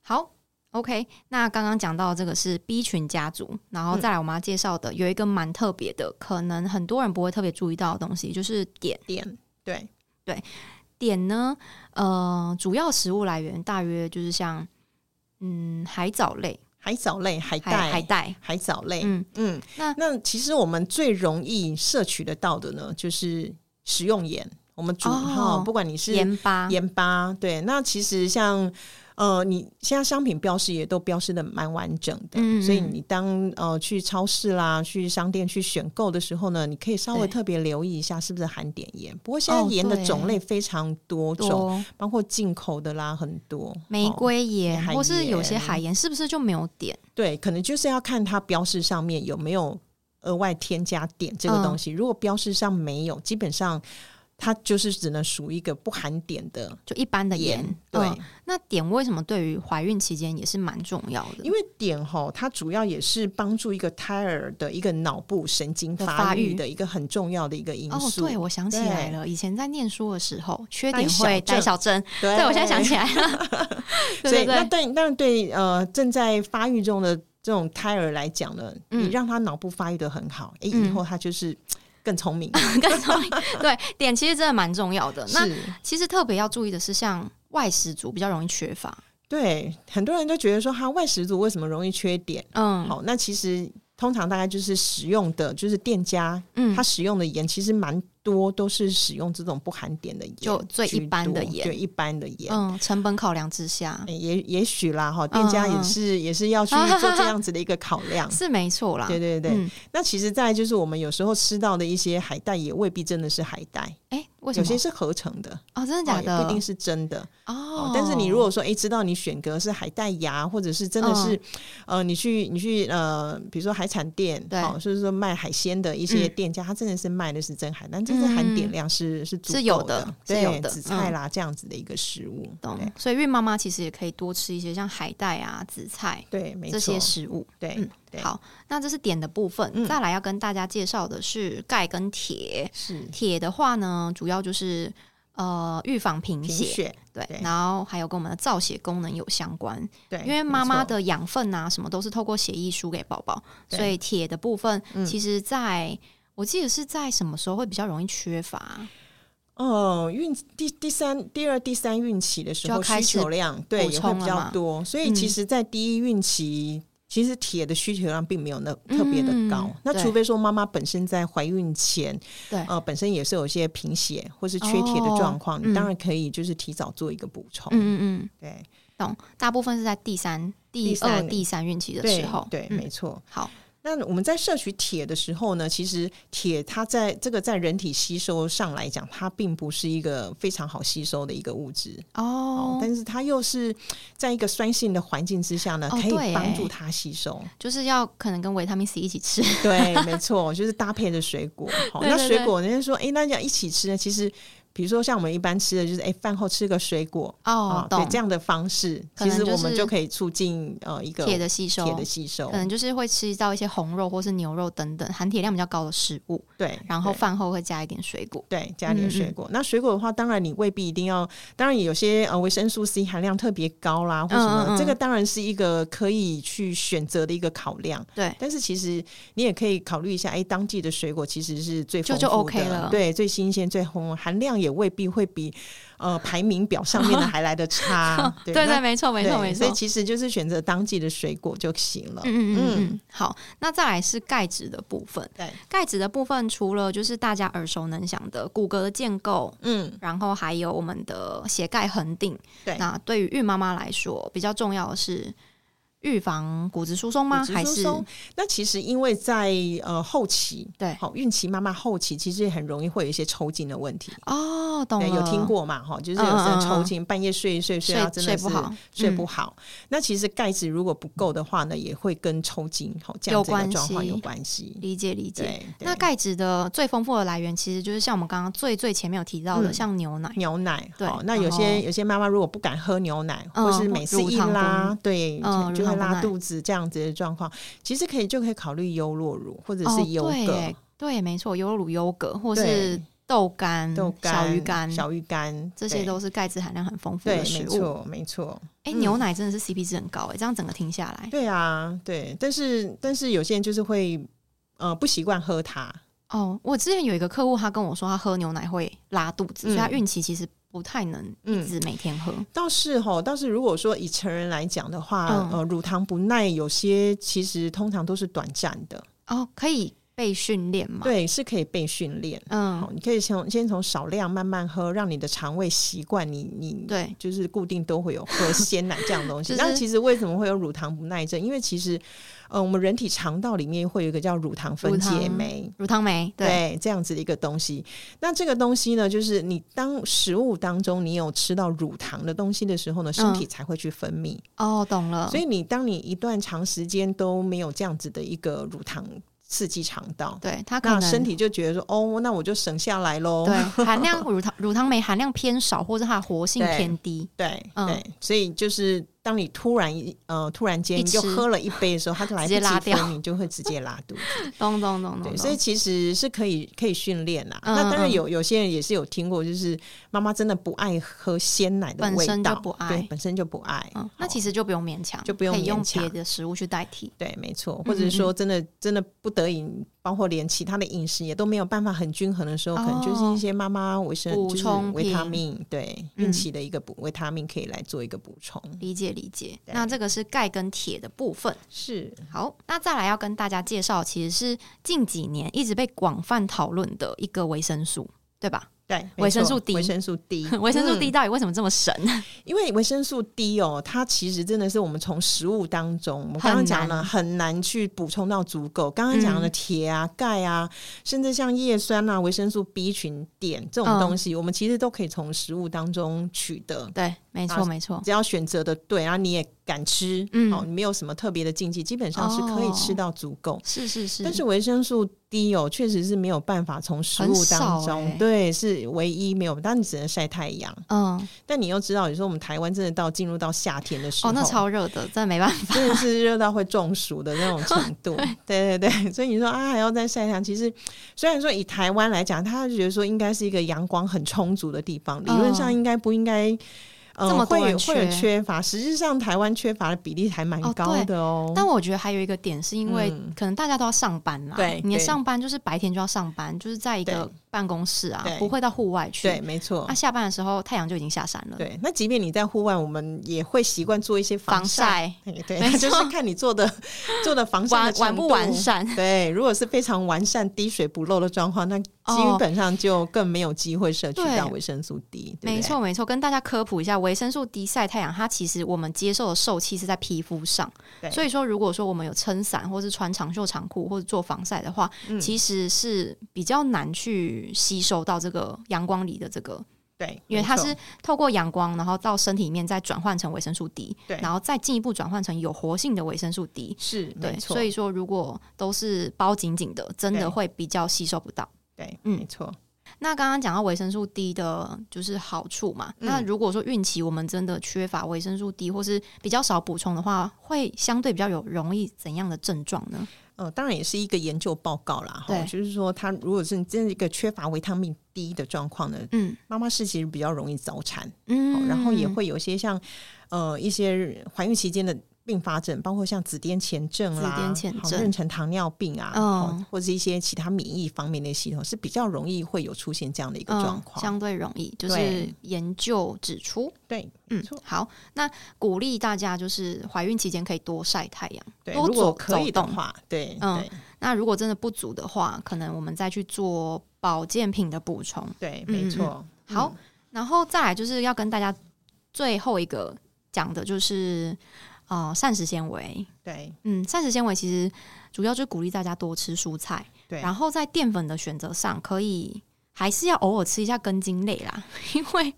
Speaker 1: 好，OK，那刚刚讲到这个是 B 群家族，然后
Speaker 2: 嗯
Speaker 1: 再来我们要介绍的、有一个蛮特别的，可能很多人不会特别注意到的东西，就是碘。
Speaker 2: 点对，
Speaker 1: 碘呢，呃，主要食物来源大约就是像嗯海藻类、
Speaker 2: 海藻类、
Speaker 1: 海
Speaker 2: 海带、
Speaker 1: 海带，
Speaker 2: 海藻类，嗯
Speaker 1: 嗯，那
Speaker 2: 那其实我们最容易摄取得到的呢，就是食用盐。我们煮
Speaker 1: 哦
Speaker 2: 哈、不管你是
Speaker 1: 盐巴，
Speaker 2: 盐巴，对，那其实像呃，你现在商品标示也都标示的蛮完整的，
Speaker 1: 嗯嗯
Speaker 2: 所以你当呃去超市啦、去商店去选购的时候呢，你可以稍微
Speaker 1: 对
Speaker 2: 特别留意一下是不是含碘盐。不过现在
Speaker 1: 哦
Speaker 2: 盐的
Speaker 1: 对
Speaker 2: 种类非常多种，
Speaker 1: 多
Speaker 2: 包括进口的啦很多，
Speaker 1: 玫
Speaker 2: 哦、
Speaker 1: 瑰盐，
Speaker 2: 海
Speaker 1: 或是有些
Speaker 2: 盐
Speaker 1: 海盐，是不是就没有碘？
Speaker 2: 对，可能就是要看它标示上面有没有额外添加碘
Speaker 1: 嗯
Speaker 2: 这个东西。如果标示上没有，基本上。它就是只能属于一个不含碘的
Speaker 1: 就一般的盐。
Speaker 2: 盐，对，
Speaker 1: 嗯那碘为什么对于怀孕期间也是蛮重要的？
Speaker 2: 因为碘吼，它主要也是帮助一个胎儿的一个脑部神经
Speaker 1: 的
Speaker 2: 发
Speaker 1: 发育
Speaker 2: 育的一个很重要的一个因
Speaker 1: 哦，
Speaker 2: 素。
Speaker 1: 对，我想起来
Speaker 2: 对
Speaker 1: 了，以前在念书的时候，缺
Speaker 2: 带
Speaker 1: 点
Speaker 2: 小
Speaker 1: 会带
Speaker 2: 症
Speaker 1: 小针，
Speaker 2: 对
Speaker 1: 对我现在想起来 了，对
Speaker 2: 所
Speaker 1: 对
Speaker 2: 以那
Speaker 1: 对，
Speaker 2: 对，那对呃正在发育中的这种胎儿来讲呢，
Speaker 1: 嗯
Speaker 2: 你让他脑部发育的很好，哎、
Speaker 1: 嗯
Speaker 2: 以后他就是更聪明。
Speaker 1: 更重要，对碘其实真的蛮重要的。那
Speaker 2: 是，
Speaker 1: 其实特别要注意的是，像外食族比较容易缺乏，
Speaker 2: 对，很多人都觉得说，哈，外食族为什么容易缺碘？
Speaker 1: 嗯
Speaker 2: 好，那其实通常大概就是使用的，就是店家
Speaker 1: 嗯
Speaker 2: 它，使用的盐其实蛮多，都是使用这种不含碘的盐居
Speaker 1: 就
Speaker 2: 多，
Speaker 1: 最一般的盐
Speaker 2: 对一般的盐。
Speaker 1: 嗯，成本考量之下
Speaker 2: 欸也也许啦，哈，店家
Speaker 1: 嗯
Speaker 2: 也
Speaker 1: 嗯。
Speaker 2: 是、也是要去做这样子的一个考量
Speaker 1: 是没错啦。
Speaker 2: 对对对，
Speaker 1: 嗯，
Speaker 2: 那其实再来就是我们有时候吃到的一些海带，也未必真的是海带，
Speaker 1: 哎，为什
Speaker 2: 有
Speaker 1: 么
Speaker 2: 些？是合成的，
Speaker 1: 哦，真的假
Speaker 2: 哦也不一定
Speaker 1: 的？
Speaker 2: 是真的。
Speaker 1: 哦，
Speaker 2: 但是你如果说哎、欸知道你选择是海带芽，或者是真的是、呃，你去你去呃，比如说海产店，
Speaker 1: 嗯对
Speaker 2: 哦，就是说卖海鲜的一些
Speaker 1: 嗯
Speaker 2: 店家，它真的是卖的是真海，但真正含碘量是、是足
Speaker 1: 是有
Speaker 2: 够
Speaker 1: 的是
Speaker 2: 对，
Speaker 1: 有的嗯
Speaker 2: 紫菜啦、这样子的一个食物，
Speaker 1: 懂，所以孕妈妈其实也可以多吃一些像海带啊、紫菜
Speaker 2: 对对，没
Speaker 1: 这
Speaker 2: 错
Speaker 1: 些，食物。
Speaker 2: 对、
Speaker 1: 嗯
Speaker 2: 对，
Speaker 1: 好，那这是碘的部分。
Speaker 2: 嗯
Speaker 1: 再来要跟大家介绍的是钙跟铁。
Speaker 2: 是
Speaker 1: 铁的话呢，主要就是呃预防贫
Speaker 2: 贫
Speaker 1: 血，
Speaker 2: 血。
Speaker 1: 对，
Speaker 2: 对
Speaker 1: 然后还有跟我们的造血功能有相关，
Speaker 2: 对，
Speaker 1: 因为
Speaker 2: 没
Speaker 1: 妈妈
Speaker 2: 错
Speaker 1: 的养分啊什么都是透过血液输给宝宝，
Speaker 2: 对
Speaker 1: 所以铁的部分
Speaker 2: 嗯
Speaker 1: 其实在、我记得是在什么时候会比较容易缺乏？
Speaker 2: 哦，孕第第三、第二、第三孕期的时
Speaker 1: 就要
Speaker 2: 候，
Speaker 1: 开
Speaker 2: 需
Speaker 1: 始
Speaker 2: 求量对
Speaker 1: 补
Speaker 2: 也会
Speaker 1: 充
Speaker 2: 比
Speaker 1: 了嘛
Speaker 2: 较多，所以
Speaker 1: 嗯
Speaker 2: 其实，在第一孕期其实铁的需求量并没有那特别的高。
Speaker 1: 嗯
Speaker 2: 那
Speaker 1: 对
Speaker 2: 除非说妈妈本身在怀孕前，
Speaker 1: 对
Speaker 2: 呃，本身也是有一些贫血或是缺铁的状况，
Speaker 1: 哦
Speaker 2: 你当然可以就是提早做一个补充。
Speaker 1: 嗯嗯
Speaker 2: 对
Speaker 1: 嗯，懂。大部分是在第三、
Speaker 2: 第
Speaker 1: 第
Speaker 2: 三
Speaker 1: 二、第三孕期的
Speaker 2: 对
Speaker 1: 时候，
Speaker 2: 对，
Speaker 1: 嗯
Speaker 2: 没错。
Speaker 1: 好，
Speaker 2: 那我们在摄取铁的时候呢，其实铁它在这个在人体吸收上来讲，它并不是一个非常好吸收的一个物质。哦
Speaker 1: 哦，，
Speaker 2: 但是它又是在一个酸性的环境之下呢，
Speaker 1: 哦
Speaker 2: 可
Speaker 1: 对
Speaker 2: 以帮
Speaker 1: 耶
Speaker 2: 助它吸收。
Speaker 1: 就是要可能跟维他命 C 一起吃，
Speaker 2: 对，没错，就是搭配着水果。好，
Speaker 1: 对
Speaker 2: 那
Speaker 1: 对
Speaker 2: 水
Speaker 1: 对
Speaker 2: 果人家说，哎、那要一起吃呢，其实。比如说，像我们一般吃的就是，哎，饭后吃个水果
Speaker 1: 哦
Speaker 2: 啊，，对
Speaker 1: 懂
Speaker 2: 这样的方式，
Speaker 1: 可
Speaker 2: 其
Speaker 1: 能
Speaker 2: 实
Speaker 1: 就
Speaker 2: 我们
Speaker 1: 是
Speaker 2: 就可以促进呃一个
Speaker 1: 铁的吸收
Speaker 2: 铁。的吸收
Speaker 1: 可，能就是会吃到一些红肉或是牛肉等等含铁量比较高的食物，
Speaker 2: 对，
Speaker 1: 然后
Speaker 2: 对
Speaker 1: 饭后会加一点水果。
Speaker 2: 对，加
Speaker 1: 嗯
Speaker 2: 点
Speaker 1: 嗯
Speaker 2: 水果。那水果的话，当然你未必一定要，当然有些呃维生素 C 含量特别高啦，或什么，
Speaker 1: 嗯嗯嗯
Speaker 2: 这个当然是一个可以去选择的一个考量。
Speaker 1: 对
Speaker 2: 但是其实你也可以考虑一下，哎，当季的水果其实是最丰
Speaker 1: 就
Speaker 2: 富的，
Speaker 1: 就 OK 了。
Speaker 2: 对，最新鲜、最红，含量也未必会比呃排名表上面的还来的差
Speaker 1: 对
Speaker 2: 那
Speaker 1: 对，没错没错
Speaker 2: 对
Speaker 1: 没
Speaker 2: 所
Speaker 1: 错
Speaker 2: 以。其实就是选择当季的水果就行了。
Speaker 1: 嗯嗯嗯
Speaker 2: 嗯
Speaker 1: 嗯，好，那再来是钙质的部分。
Speaker 2: 对，
Speaker 1: 钙质的部分除了就是大家耳熟能详的骨骼的建构，
Speaker 2: 嗯，
Speaker 1: 然后还有我们的血钙恒定。
Speaker 2: 对
Speaker 1: 那对于孕妈妈来说，比较重要的是预防骨质疏松吗？
Speaker 2: 骨质
Speaker 1: 还
Speaker 2: 疏
Speaker 1: 是
Speaker 2: 松那其实因为在呃后期，
Speaker 1: 对
Speaker 2: 好孕期妈妈后期其实也很容易会有一些抽筋的问题。
Speaker 1: 哦，懂
Speaker 2: 对，
Speaker 1: 了，嗯
Speaker 2: 有听过嘛？哈，就是有时候抽筋，半夜睡一睡，睡到
Speaker 1: 睡
Speaker 2: 真
Speaker 1: 睡
Speaker 2: 的是
Speaker 1: 不好，
Speaker 2: 睡不
Speaker 1: 嗯
Speaker 2: 好。那其实钙质如果不够的话呢，也会跟抽筋好这样
Speaker 1: 有
Speaker 2: 子的
Speaker 1: 关
Speaker 2: 状况
Speaker 1: 系
Speaker 2: 有关系。
Speaker 1: 理解理解。
Speaker 2: 对，
Speaker 1: 那
Speaker 2: 对
Speaker 1: 钙质的最丰富的来源，其实就是像我们刚刚最最前面有提到的，
Speaker 2: 嗯
Speaker 1: 像牛奶。
Speaker 2: 牛奶，
Speaker 1: 对
Speaker 2: 好，那
Speaker 1: 然
Speaker 2: 有
Speaker 1: 后
Speaker 2: 些有些妈妈如果不敢喝牛奶，或是
Speaker 1: 嗯
Speaker 2: 每次
Speaker 1: 乳
Speaker 2: 一
Speaker 1: 糖不
Speaker 2: 拉，对，
Speaker 1: 嗯
Speaker 2: 就
Speaker 1: 乳糖不
Speaker 2: 会拉
Speaker 1: 耐
Speaker 2: 肚子这样子的状况，其实可以就可以考虑优酪乳或者
Speaker 1: 哦
Speaker 2: 是优
Speaker 1: 对
Speaker 2: 格，
Speaker 1: 耶对，没错，优酪乳、优格或
Speaker 2: 对
Speaker 1: 是豆干、
Speaker 2: 豆干、
Speaker 1: 嗯小鱼干，
Speaker 2: 小鱼干，
Speaker 1: 这些
Speaker 2: 对
Speaker 1: 都是钙质含量很丰富
Speaker 2: 对，
Speaker 1: 的
Speaker 2: 没
Speaker 1: 食物。
Speaker 2: 错，没错，
Speaker 1: 哎，
Speaker 2: 嗯
Speaker 1: 牛奶真的是 CP 值很高哎，这样整个听下来，
Speaker 2: 对啊，对。但是但是有些人就是会呃不习惯喝它，
Speaker 1: 哦，我之前有一个客户，他跟我说他喝牛奶会拉肚子，
Speaker 2: 嗯
Speaker 1: 所以他孕期其实不太能一
Speaker 2: 嗯。
Speaker 1: 直每天喝。
Speaker 2: 倒是吼，倒是如果说以成人来讲的话，
Speaker 1: 嗯
Speaker 2: 呃，乳糖不耐有些其实通常都是短暂的，
Speaker 1: 哦，可以被训练嘛？，
Speaker 2: 嗯对，是可以被训练。好，
Speaker 1: 嗯，
Speaker 2: 你可以从先从少量慢慢喝，让你的肠胃习惯你你
Speaker 1: 对，
Speaker 2: 就是固定都会有喝鲜奶这样的 东西。
Speaker 1: 就是
Speaker 2: 那其实为什么会有乳糖不耐症？因为其实，呃，我们人体肠道里面会有一个叫乳糖分
Speaker 1: 乳糖
Speaker 2: 解酶。
Speaker 1: 乳糖酶，对，
Speaker 2: 对，这样子的一个东西。那这个东西呢，就是你当食物当中你有吃到乳糖的东西的时候呢，
Speaker 1: 嗯
Speaker 2: 身体才会去分泌。
Speaker 1: 哦，懂了。
Speaker 2: 所以你当你一段长时间都没有这样子的一个乳糖刺激肠道，
Speaker 1: 对他可
Speaker 2: 那
Speaker 1: 能
Speaker 2: 身体就觉得说，哦，那我就省下来喽。
Speaker 1: 对含量 乳糖乳糖酶含量偏少，或者它的活性
Speaker 2: 对
Speaker 1: 偏低。
Speaker 2: 对、
Speaker 1: 嗯
Speaker 2: 对，所以就是当你突然一呃突然间
Speaker 1: 一
Speaker 2: 你就
Speaker 1: 吃
Speaker 2: 喝了一杯的时候，它就来不
Speaker 1: 直接
Speaker 2: 及
Speaker 1: 拉掉
Speaker 2: 分泌，就会直接拉 肚子。
Speaker 1: 咚咚咚
Speaker 2: 对，
Speaker 1: 咚，
Speaker 2: 所以其实是可以可以训练啦。
Speaker 1: 嗯
Speaker 2: 那当然
Speaker 1: 嗯
Speaker 2: 有有些人也是有听过，就是妈妈真的不爱喝鲜奶的
Speaker 1: 本
Speaker 2: 味道，
Speaker 1: 身就不爱
Speaker 2: 对，本身就不爱。
Speaker 1: 嗯，那
Speaker 2: 好
Speaker 1: 其实就不用勉强，
Speaker 2: 就不用
Speaker 1: 可以用
Speaker 2: 勉强
Speaker 1: 别的食物去代替。
Speaker 2: 对，没错，
Speaker 1: 嗯
Speaker 2: 或者是说真的真的不得已，包括连其他的饮食也都没有办法很均衡的时候，可能就是一
Speaker 1: 哦
Speaker 2: 些妈妈维生
Speaker 1: 补
Speaker 2: 就是
Speaker 1: 充
Speaker 2: 维他
Speaker 1: 品
Speaker 2: 命，对
Speaker 1: 嗯
Speaker 2: 孕期的一个补维他命可以来做一个补充。
Speaker 1: 理解理解，
Speaker 2: 对
Speaker 1: 那这个是钙跟铁的部分。
Speaker 2: 是，
Speaker 1: 好，那再来要跟大家介绍，其实是近几年一直被广泛讨论的一个维生素，对吧？
Speaker 2: 对，没
Speaker 1: 维生
Speaker 2: 错
Speaker 1: 素 D
Speaker 2: 维生素 D，
Speaker 1: 维生素 D
Speaker 2: 嗯
Speaker 1: 到底为什么这么神？
Speaker 2: 因为维生素 D 哦，它其实真的是我们从食物当中，我们
Speaker 1: 很
Speaker 2: 刚刚讲了
Speaker 1: 难
Speaker 2: 很难去补充到足够。刚刚讲的
Speaker 1: 嗯
Speaker 2: 铁啊、钙啊，甚至像叶酸啊、维生素 B 群、碘这种
Speaker 1: 嗯
Speaker 2: 东西，我们其实都可以从食物当中取得。
Speaker 1: 对，没错没错。
Speaker 2: 只要选择的对，然后你也敢吃，
Speaker 1: 嗯
Speaker 2: 哦，你没有什么特别的禁忌，基本上是可以吃到足够。
Speaker 1: 是是哦是，
Speaker 2: 但是维生素 D 哦，确实是没有办法从食物当
Speaker 1: 很少
Speaker 2: 中，
Speaker 1: 欸
Speaker 2: 对，是唯一没有，但你只能晒太阳。
Speaker 1: 嗯，
Speaker 2: 但你又知道，有时候我们台湾真的到进入到夏天的时候，
Speaker 1: 哦，那超热的，真的没办法。
Speaker 2: 真的是热到会中暑的那种 程度。对对对，所以你说啊，还要再晒太阳，其实虽然说以台湾来讲，他觉得说应该是一个阳光很充足的地方，理论上应该不应该。呃
Speaker 1: 嗯这么多
Speaker 2: 会有
Speaker 1: 人
Speaker 2: 会有
Speaker 1: 缺
Speaker 2: 缺乏，实际上台湾缺乏的比例还蛮
Speaker 1: 哦
Speaker 2: 高的哦。
Speaker 1: 但我觉得还有一个点，是因为
Speaker 2: 嗯
Speaker 1: 可能大家都要上班啦，
Speaker 2: 对
Speaker 1: 你的
Speaker 2: 对
Speaker 1: 上班就是白天就要上班，就是在一个办公室啊
Speaker 2: 对，
Speaker 1: 不会到户外去。
Speaker 2: 对，，没错
Speaker 1: 那、。下班的时候太阳就已经下山了。，
Speaker 2: 对，那即便你在户外，我们也会习惯做一些
Speaker 1: 防
Speaker 2: 晒。
Speaker 1: 晒
Speaker 2: 哎对，
Speaker 1: 没错
Speaker 2: 那 就是看你做的做的防晒
Speaker 1: 完完
Speaker 2: 的程
Speaker 1: 不
Speaker 2: 度
Speaker 1: 完善。
Speaker 2: 对，如果是非常完善、滴水不漏的状况，那
Speaker 1: 哦
Speaker 2: 基本上就更没有机会摄取
Speaker 1: 对
Speaker 2: 到维生素 D，对不
Speaker 1: 没
Speaker 2: 对？
Speaker 1: 错，没错，跟大家科普一下，维生素 D 晒太阳，它其实我们接受的受气是在皮肤上，
Speaker 2: 对
Speaker 1: 所以说如果说我们有撑伞，或是穿长袖长裤，或者做防晒的话，
Speaker 2: 嗯
Speaker 1: 其实是比较难去吸收到这个阳光里的这个，
Speaker 2: 对，
Speaker 1: 因为
Speaker 2: 没
Speaker 1: 它
Speaker 2: 错
Speaker 1: 是透过阳光，然后到身体里面再转换成维生素 D，
Speaker 2: 对
Speaker 1: 然后再进一步转换成有活性的维生素 D。
Speaker 2: 是
Speaker 1: 对
Speaker 2: 没，错，
Speaker 1: 所以说如果都是包紧紧的，真
Speaker 2: 对
Speaker 1: 的会比较吸收不到。
Speaker 2: 对，
Speaker 1: 嗯
Speaker 2: 没错，
Speaker 1: 那刚刚讲到维生素 D 的就是好处嘛，
Speaker 2: 嗯
Speaker 1: 那如果说孕期我们真的缺乏维生素 D 或是比较少补充的话，会相对比较有容易怎样的症状呢？
Speaker 2: 呃，当然也是一个研究报告啦，哈，
Speaker 1: 对
Speaker 2: 就是说，它如果是真的一个缺乏维他命 D 的状况呢，
Speaker 1: 嗯
Speaker 2: 妈妈是其实比较容易早产，哦
Speaker 1: 嗯
Speaker 2: 然后也会有一些像呃一些怀孕期间的并发症，包括像子癫前症啦、
Speaker 1: 子癫前
Speaker 2: 好
Speaker 1: 症
Speaker 2: 妊娠糖尿病啊，
Speaker 1: 嗯
Speaker 2: 哦或者一些其他免疫方面的系统是比较容易会有出现这样的一个状
Speaker 1: 嗯，
Speaker 2: 况。
Speaker 1: 相对容易，就是
Speaker 2: 对
Speaker 1: 研究指出，
Speaker 2: 对，没
Speaker 1: 嗯
Speaker 2: 错，
Speaker 1: 好，那鼓励大家就是怀孕期间可以多晒太阳，
Speaker 2: 对，
Speaker 1: 多
Speaker 2: 如果
Speaker 1: 走
Speaker 2: 可以
Speaker 1: 走
Speaker 2: 的
Speaker 1: 动
Speaker 2: 话，对，
Speaker 1: 嗯
Speaker 2: 对，
Speaker 1: 那如果真的不足的话，可能我们再去做保健品的补充。
Speaker 2: 对，
Speaker 1: 嗯
Speaker 2: 没错。
Speaker 1: 好，然后再来就是要跟大家最后一个讲的就是，呃，膳食纤维。
Speaker 2: 对
Speaker 1: 嗯，膳食纤维其实主要就鼓励大家多吃蔬菜，
Speaker 2: 对，
Speaker 1: 然后在淀粉的选择上，可以还是要偶尔吃一下根茎类啦， 因为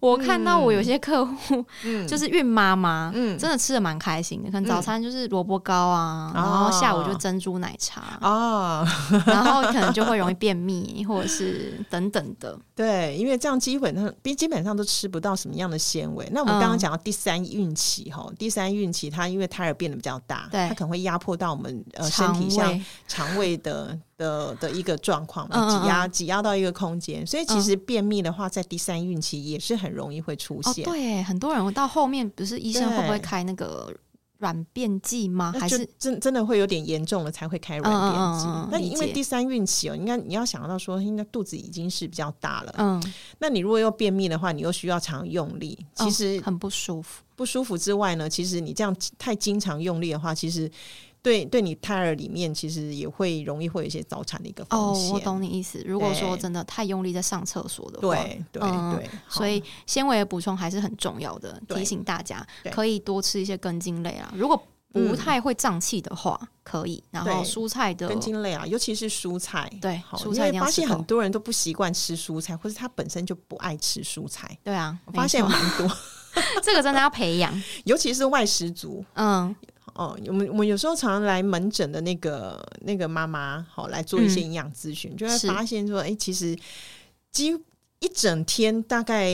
Speaker 1: 我看到我有些客户、
Speaker 2: 嗯
Speaker 1: 就是孕妈妈。
Speaker 2: 嗯
Speaker 1: 真的吃的蛮开心的，可能早餐就是萝卜糕啊，然后下午就珍珠奶茶，
Speaker 2: 哦，
Speaker 1: 然后可能就会容易便秘，或者是等等的。
Speaker 2: 对，因为这样基本上，基基本上都吃不到什么样的纤维。那我们刚刚
Speaker 1: 嗯
Speaker 2: 讲到第三孕期哈、第三孕期它因为胎儿变得比较大，
Speaker 1: 对
Speaker 2: 它可能会压迫到我们呃身
Speaker 1: 肠
Speaker 2: 体像
Speaker 1: 胃
Speaker 2: 肠胃的的的一个状况
Speaker 1: 嗯
Speaker 2: 嘛，
Speaker 1: 嗯
Speaker 2: 挤压挤压到一个空间，所以其实便秘的话，在第三孕期也是很容易会出
Speaker 1: 哦，
Speaker 2: 现。
Speaker 1: 对耶，很多人到后面不是医生会不会
Speaker 2: 对
Speaker 1: 开那个软便剂吗？
Speaker 2: 那
Speaker 1: 还
Speaker 2: 就是真真的会有点严重了才会开软
Speaker 1: 嗯嗯
Speaker 2: 便
Speaker 1: 嗯
Speaker 2: 剂。
Speaker 1: 嗯
Speaker 2: 那你因
Speaker 1: 理
Speaker 2: 为
Speaker 1: 解
Speaker 2: 第三孕期哦，应该你要想到说，应该肚子已经是比较大了。
Speaker 1: 嗯，
Speaker 2: 那你如果又便秘的话，你又需要常用力，
Speaker 1: 哦
Speaker 2: 其实
Speaker 1: 很不舒服。
Speaker 2: 不舒服之外呢，其实你这样太经常用力的话，其实对对你胎儿里面其实也会容易会有一些早产的一个
Speaker 1: 哦
Speaker 2: 风险。，
Speaker 1: 我懂你意思。如果说
Speaker 2: 对
Speaker 1: 真的太用力在上厕所的话，
Speaker 2: 对对
Speaker 1: 嗯
Speaker 2: 对，好
Speaker 1: 所以纤维的补充还是很重要的。
Speaker 2: 对
Speaker 1: 提醒大家
Speaker 2: 对嗯
Speaker 1: 可以多吃一些根茎类啦。如果不太会胀气的话，可以。然后
Speaker 2: 对
Speaker 1: 蔬菜的
Speaker 2: 根茎类啊，尤其是蔬菜，
Speaker 1: 对
Speaker 2: 好，
Speaker 1: 蔬
Speaker 2: 因
Speaker 1: 菜一
Speaker 2: 为
Speaker 1: 定要
Speaker 2: 发
Speaker 1: 吃
Speaker 2: 现
Speaker 1: 够
Speaker 2: 很多人都不习惯吃蔬菜，或是他本身就不爱吃蔬菜，
Speaker 1: 对啊，
Speaker 2: 我
Speaker 1: 没
Speaker 2: 发现
Speaker 1: 错
Speaker 2: 蛮多，
Speaker 1: 这个真的要培养。
Speaker 2: 尤其是外食族。
Speaker 1: 嗯，
Speaker 2: 哦，我们我们有时候常常来门诊的那个那个妈妈，好、来做一些
Speaker 1: 嗯
Speaker 2: 营养咨询，就会
Speaker 1: 是
Speaker 2: 发现说，哎、其实几乎一整天大概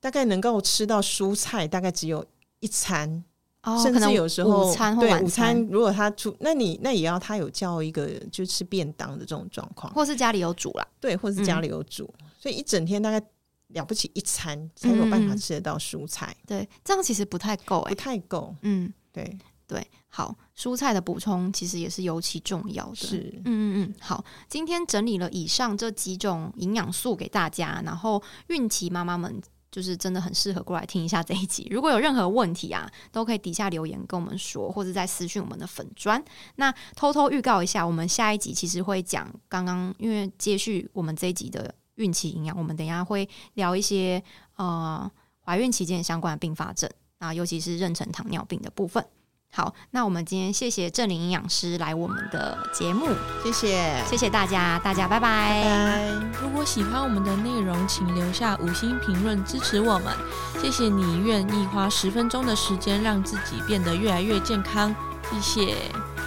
Speaker 2: 大概能够吃到蔬菜，大概只有一餐，
Speaker 1: 哦，
Speaker 2: 甚
Speaker 1: 可
Speaker 2: 至
Speaker 1: 能
Speaker 2: 有时候
Speaker 1: 午餐或
Speaker 2: 对
Speaker 1: 晚
Speaker 2: 午餐，如果他出，那你那也要他有叫一个就吃便当的这种状况。
Speaker 1: 或是家里有煮啦。
Speaker 2: 对，或是家
Speaker 1: 嗯
Speaker 2: 里有煮，所以一整天大概了不起一餐才有办法
Speaker 1: 嗯
Speaker 2: 吃得到蔬菜，
Speaker 1: 对，这样其实不太够哎、
Speaker 2: 不太够。
Speaker 1: 嗯，
Speaker 2: 对，
Speaker 1: 对，好，蔬菜的补充其实也是尤其重要的。
Speaker 2: 是
Speaker 1: 嗯嗯嗯，好，今天整理了以上这几种营养素给大家，然后孕期妈妈们就是真的很适合过来听一下这一集。如果有任何问题啊，都可以底下留言跟我们说，或者在私讯我们的粉砖。那偷偷预告一下，我们下一集其实会讲刚刚，因为接续我们这一集的孕期营养，我们等一下会聊一些呃怀孕期间相关的并发症啊，尤其是妊娠糖尿病的部分。好，那我们今天谢谢郑林营养师来我们的节目，
Speaker 2: 谢谢，
Speaker 1: 谢谢大家，大家拜拜。
Speaker 2: 拜拜。
Speaker 3: 如果喜欢我们的内容，请留下五星评论支持我们。谢谢你愿意花十分钟的时间让自己变得越来越健康，谢谢。